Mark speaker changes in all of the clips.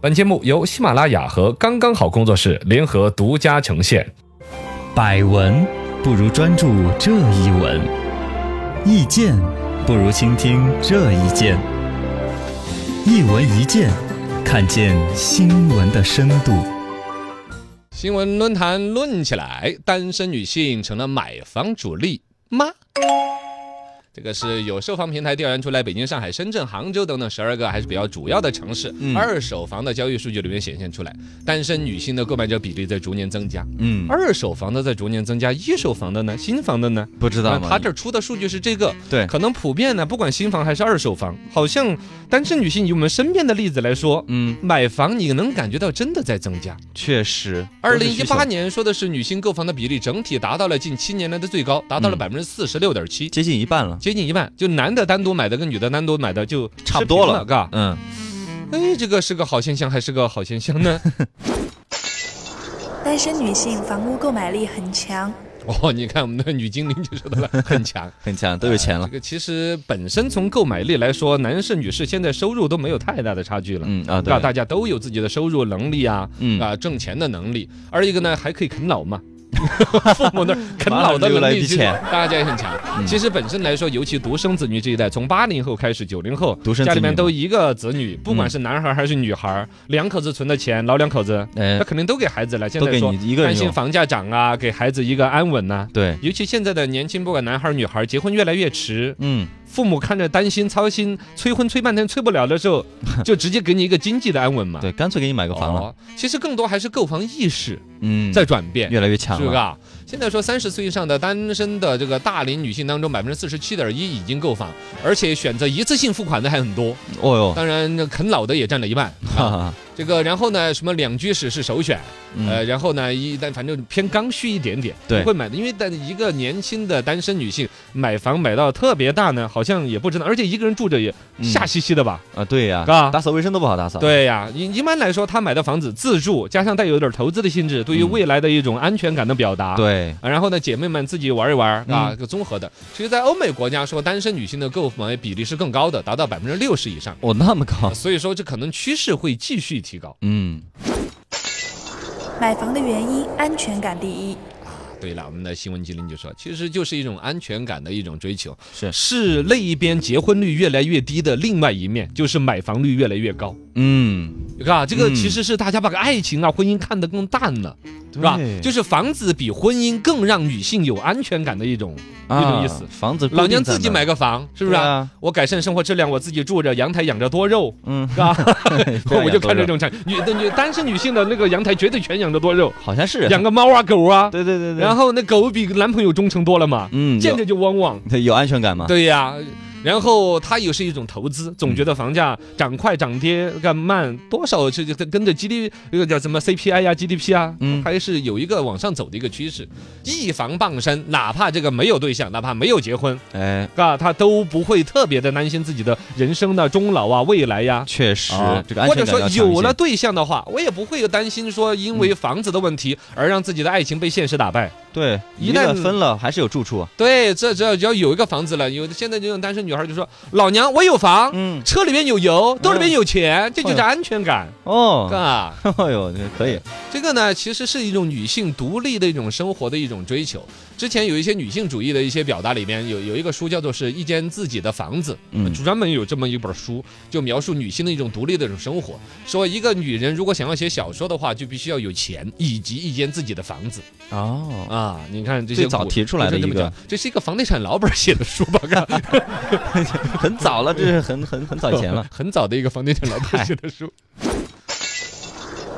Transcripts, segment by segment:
Speaker 1: 本节目由喜马拉雅和刚刚好工作室联合独家呈现。
Speaker 2: 百闻不如专注这一闻，意见不如倾听这一见。一闻一见，看见新闻的深度。
Speaker 1: 新闻论坛论起来，单身女性成了买房主力吗？这个是有售房平台调研出来，北京、上海、深圳、杭州等等十二个还是比较主要的城市，二手房的交易数据里面显现出来，单身女性的购买者比例在逐年增加。
Speaker 2: 嗯，
Speaker 1: 二手房的在逐年增加，一手房的呢？新房的呢？
Speaker 2: 不知道
Speaker 1: 啊
Speaker 2: 吗？
Speaker 1: 他这儿出的数据是这个，
Speaker 2: 对
Speaker 1: 可能普遍呢，不管新房还是二手房，好像单身女性以我们身边的例子来说，
Speaker 2: 嗯，
Speaker 1: 买房你能感觉到真的在增加。
Speaker 2: 确实，
Speaker 1: 二零一八年说的是女性购房的比例整体达到了近七年来的最高，达到了
Speaker 2: 嗯
Speaker 1: 百分之四十六点七，
Speaker 2: 接近一半了，
Speaker 1: 接近一半。就男的单独买的跟女的单独买的就
Speaker 2: 差不多
Speaker 1: 持平
Speaker 2: 了
Speaker 1: 了，嘎。
Speaker 2: 嗯，
Speaker 1: 哎，这个是个好现象还是个好现象呢？
Speaker 3: 单身女性房屋购买力很强，
Speaker 1: 哦，你看我们的女精灵就说到了，很 强。
Speaker 2: 很强，都有钱了
Speaker 1: 这。个其实本身从购买力来说，男士女士现在收入都没有太大的差距了。
Speaker 2: 嗯啊，
Speaker 1: 对吧？
Speaker 2: 对，
Speaker 1: 大家都有自己的收入能力啊，
Speaker 2: 嗯
Speaker 1: 啊，挣钱的能力，而一个呢还可以啃老 嘛。父母那儿啃老的
Speaker 2: 马上溜
Speaker 1: 能
Speaker 2: 了一
Speaker 1: 力，
Speaker 2: 笔
Speaker 1: 其实
Speaker 2: 钱嗯
Speaker 1: 大家也很强。其实本身来说，尤其独生子女这一代，从八零后开始，九零后，
Speaker 2: 独生子女
Speaker 1: 家里面都一个子女，不管是男孩还是女孩，两口子存的钱，老两口子，
Speaker 2: 哎
Speaker 1: 那，肯定都给孩子了。现
Speaker 2: 都
Speaker 1: 在
Speaker 2: 给
Speaker 1: 说
Speaker 2: 你一个
Speaker 1: 担
Speaker 2: 人
Speaker 1: 心
Speaker 2: 用，
Speaker 1: 房价涨啊，给孩子一个安稳呐。
Speaker 2: 对，
Speaker 1: 尤其现在的年轻，不管男孩儿女孩儿，结婚越来越迟，
Speaker 2: 嗯，
Speaker 1: 父母看着担心、操心，催婚催半天催不了的时 候，就直接给你一个经济的安稳嘛。
Speaker 2: 对，干脆给你买个房了，
Speaker 1: 哦。其实更多还是购房意识
Speaker 2: 嗯，
Speaker 1: 在转变，
Speaker 2: 越来越强
Speaker 1: 是不是
Speaker 2: 了，
Speaker 1: 啊？现在说三十岁以上的单身的这个大龄女性当中，百分之四十七点一已经购房，而且选择一次性付款的还很多。
Speaker 2: 哦哟，
Speaker 1: 当然，那啃老的也占了一半。啊
Speaker 2: 哈哈，
Speaker 1: 这个，然后呢，什么两居室是首选，呃，
Speaker 2: 嗯，
Speaker 1: 然后呢，一但反正偏刚需一点点，
Speaker 2: 对
Speaker 1: 不会买的，因为但一个年轻的单身女性买房买到特别大呢，好像也不知道，而且一个人住着也
Speaker 2: 嗯
Speaker 1: 吓兮兮的吧？
Speaker 2: 啊，对呀，
Speaker 1: 嘎
Speaker 2: 打扫卫生都不好打扫，，
Speaker 1: 对呀、一一般来说，他买的房子自住，加上带有点投资的性质，对于
Speaker 2: 嗯
Speaker 1: 未来的一种安全感的表达。。
Speaker 2: 对，
Speaker 1: 啊，然后呢，姐妹们自己玩一玩啊，
Speaker 2: 嗯
Speaker 1: 个综合的。其实，在欧美国家说，单身女性的购买比例是更高的，达到百分之六十以上。
Speaker 2: 哦，那么高，
Speaker 1: 所以说，这可能趋势会继续提高。
Speaker 2: 嗯，
Speaker 3: 买房的原因安全感第一。
Speaker 1: 对了，我们的新闻精灵就说，其实就是一种安全感的一种追求，
Speaker 2: 是
Speaker 1: 是另一边结婚率越来越低的另外一面，就是买房率越来越高。
Speaker 2: 嗯，
Speaker 1: 是吧？这个
Speaker 2: 嗯
Speaker 1: 其实是大家把个爱情啊、婚姻看得更淡了，是吧
Speaker 2: 对？
Speaker 1: 就是房子比婚姻更让女性有安全感的一种一种意思。
Speaker 2: 啊房子
Speaker 1: 老娘自己买
Speaker 2: 个，
Speaker 1: 个房，是不是
Speaker 2: 对
Speaker 1: 啊
Speaker 2: 啊？
Speaker 1: 我改善生活质量，我自己住着，阳台养着多肉，
Speaker 2: 嗯，
Speaker 1: 是 吧？
Speaker 2: 不要
Speaker 1: 我就
Speaker 2: 养多
Speaker 1: 看这
Speaker 2: 肉，
Speaker 1: 种产女的女单身女性的那个阳台，绝对全养着多肉，
Speaker 2: 好像是，
Speaker 1: 养个猫啊、狗啊，
Speaker 2: 对对对对，
Speaker 1: 然后那狗比男朋友忠诚多了嘛，
Speaker 2: 嗯，
Speaker 1: 见着就汪汪。
Speaker 2: 有有安全感吗？
Speaker 1: 对呀、然后它也是一种投资，
Speaker 2: 嗯
Speaker 1: 总觉得房价涨快涨跌干慢，多少是跟跟着 GDP 那个叫什么 CPI 呀、GDP 啊，
Speaker 2: 嗯
Speaker 1: 还是有一个往上走的一个趋势。一房傍身，哪怕这个没有对象，哪怕没有结婚，
Speaker 2: 哎，
Speaker 1: 啊，他都不会特别的担心自己的人生的终老啊、未来呀、
Speaker 2: 确实
Speaker 1: 啊，
Speaker 2: 这个安
Speaker 1: 或
Speaker 2: 全
Speaker 1: 者
Speaker 2: 感
Speaker 1: 说
Speaker 2: 要强一
Speaker 1: 有
Speaker 2: 些嗯
Speaker 1: 了，对象的话，我也不会担心说因为房子的问题而让自己的爱情被现实打败。
Speaker 2: 对，
Speaker 1: 一
Speaker 2: 一
Speaker 1: 旦
Speaker 2: 旦分了还是有住处，啊
Speaker 1: 对，这只要只要有一个房子了，有的现在这种单身女孩就说：“老娘我有房，
Speaker 2: 嗯，
Speaker 1: 车里面有油，兜里面有钱，这就是安全感，
Speaker 2: 哦，
Speaker 1: 啊。
Speaker 2: 哎呦，这个可以，
Speaker 1: 这个呢，其实是一种女性独立的一种生活的一种追求。之前有一些女性主义的一些表达里面，有有一个书叫做《是一间自己的房子》，
Speaker 2: 嗯
Speaker 1: 专门有这么一本书，就描述女性的一种独立的一种生活。说一个女人如果想要写小说的话，就必须要有钱以及一间自己的房子。
Speaker 2: 哦，
Speaker 1: 啊，你看这些
Speaker 2: 最早
Speaker 1: 古
Speaker 2: 提出来的
Speaker 1: 就是这么
Speaker 2: 一个
Speaker 1: 讲，这是一个房地产老板写的书 吧？看，
Speaker 2: 很早了，这是很很很早以前了
Speaker 1: 很早的一个房地产老板写的书。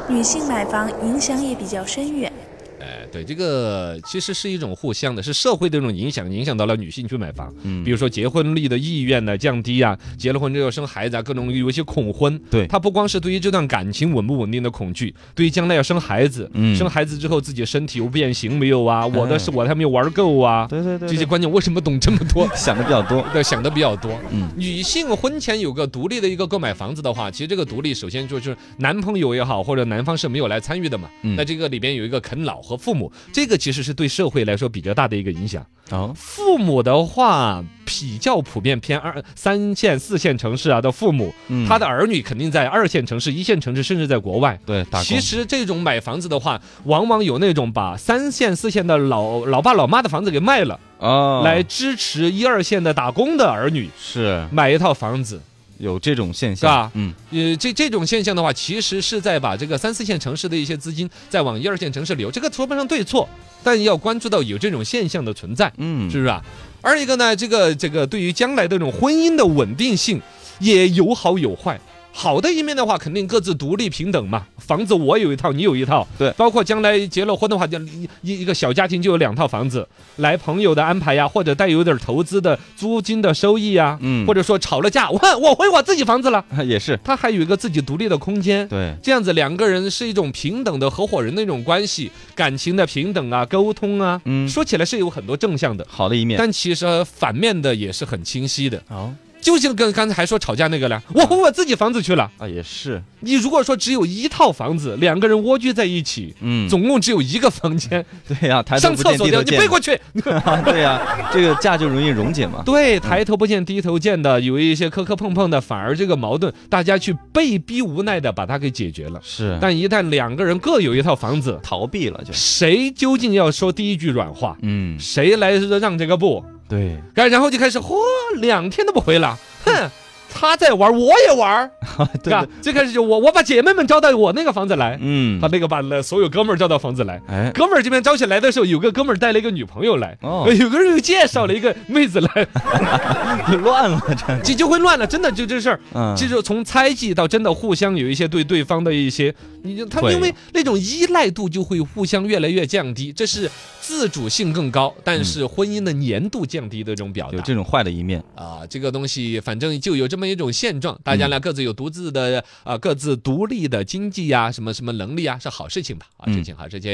Speaker 3: 女性买房影响也比较深远。
Speaker 1: 哎，对，这个其实是一种互相的，是社会的一种影响，影响到了女性去买房。
Speaker 2: 嗯
Speaker 1: 比，如说结婚率的意愿呢降低啊，结了婚之后生孩子啊，各种有一些恐婚。
Speaker 2: 对
Speaker 1: 他不光是对于这段感情稳不稳定的恐惧，对于将来要生孩子，
Speaker 2: 嗯
Speaker 1: 生孩子之后自己身体有变形没有啊？我的是我的还没有玩够啊？
Speaker 2: 对对对，
Speaker 1: 这些
Speaker 2: 对
Speaker 1: 观念为什么懂这么多？
Speaker 2: 想的比较多，
Speaker 1: 对，想的比较多。
Speaker 2: 嗯
Speaker 1: 女性婚前有个独立的一个购买房子的话，其实这个独立首先就是男朋友也好，或者男方是没有来参与的嘛。
Speaker 2: 嗯
Speaker 1: 那这个里边有一个啃老和父母，这个其实是对社会来说比较大的一个影响。
Speaker 2: 哦，
Speaker 1: 父母的话比较普遍偏二三线、四线城市啊的父母，
Speaker 2: 嗯
Speaker 1: 他的儿女肯定在二线城市、一线城市，甚至在国外。
Speaker 2: 对，打工
Speaker 1: 其实这种买房子的话，往往有那种把三线、四线的老老爸老妈的房子给卖了，
Speaker 2: 啊，
Speaker 1: 来支持一二线的打工的儿女
Speaker 2: 是
Speaker 1: 买一套房子。
Speaker 2: 有这种现
Speaker 1: 是
Speaker 2: 象
Speaker 1: 吧，
Speaker 2: 嗯，
Speaker 1: 呃，这这种现象的话，其实是在把这个三四线城市的一些资金再往一二线城市流，这个说不上对错，但要关注到有这种现象的存在，
Speaker 2: 嗯
Speaker 1: 是不是啊？二一个呢，这个这个对于将来的这种婚姻的稳定性也有好有坏。好的一面的话，肯定各自独立平等嘛，房子我有一套，你有一套，
Speaker 2: 对
Speaker 1: 包括将来结了婚的话，就一一一个小家庭就有两套房子，来朋友的安排呀，或者带有点投资的租金的收益呀，
Speaker 2: 嗯
Speaker 1: 或者说吵了架，我我回我自己房子了。
Speaker 2: 也是
Speaker 1: 他还有一个自己独立的空间。
Speaker 2: 对，
Speaker 1: 这样子，两个人是一种平等的合伙人的一种关系，感情的平等啊，沟通啊，
Speaker 2: 嗯
Speaker 1: 说起来是有很多正向的，
Speaker 2: 好的一面，
Speaker 1: 但其实反面的也是很清晰的。
Speaker 2: 哦
Speaker 1: 就像跟刚才还说吵架那个了，
Speaker 2: 嗯
Speaker 1: 我回我自己房子去了。
Speaker 2: 啊也是，
Speaker 1: 你如果说只有一套房子，两个人蜗居在一起，
Speaker 2: 嗯，
Speaker 1: 总共只有一个房间，
Speaker 2: 对呀，抬头
Speaker 1: 上
Speaker 2: 不
Speaker 1: 厕
Speaker 2: 见
Speaker 1: 所
Speaker 2: 低
Speaker 1: 的
Speaker 2: 头
Speaker 1: 你
Speaker 2: 见啊
Speaker 1: 背，过去，
Speaker 2: 对呀，这个架就容易溶 解嘛，
Speaker 1: 对，抬头不见低头见的，有一些磕磕碰碰的，反而这个矛盾大家去被逼无奈的把它给解决了。
Speaker 2: 是，
Speaker 1: 但一旦两个人各有一套房子，
Speaker 2: 逃避了 就，
Speaker 1: 谁究竟要说第一句软话？
Speaker 2: 嗯，
Speaker 1: 谁来让这个步？
Speaker 2: 对，
Speaker 1: 然然后就开始，嚯，两天都不回了，哼，他在玩，我也玩，
Speaker 2: 对
Speaker 1: 吧，？最开始就我，我把姐妹们招到我那个房子来，
Speaker 2: 嗯
Speaker 1: 他，那个把了所有哥们儿招到房子来。
Speaker 2: 哎，
Speaker 1: 哥们儿这边招起来的时候，有个哥们儿带了一个女朋友来，
Speaker 2: 哦
Speaker 1: 有个人又介绍了一个妹子来，哎
Speaker 2: 乱了这，
Speaker 1: 这就会乱了。真的就这事儿，
Speaker 2: 嗯，
Speaker 1: 这就从猜忌到真的互相有一些对对方的一些，你就他们
Speaker 2: 会
Speaker 1: 因为那种依赖度就会互相越来越降低，这是自主性更高，但是婚姻的粘度降低的这种表
Speaker 2: 有
Speaker 1: 达
Speaker 2: 这种坏的一面，
Speaker 1: 啊，这个东西反正就有这么一种现
Speaker 2: 嗯
Speaker 1: 状，大家呢各自有独自的啊各自独立的经济呀、什么什么能力啊，是好事情吧？啊，
Speaker 2: 嗯
Speaker 1: 这件好事情。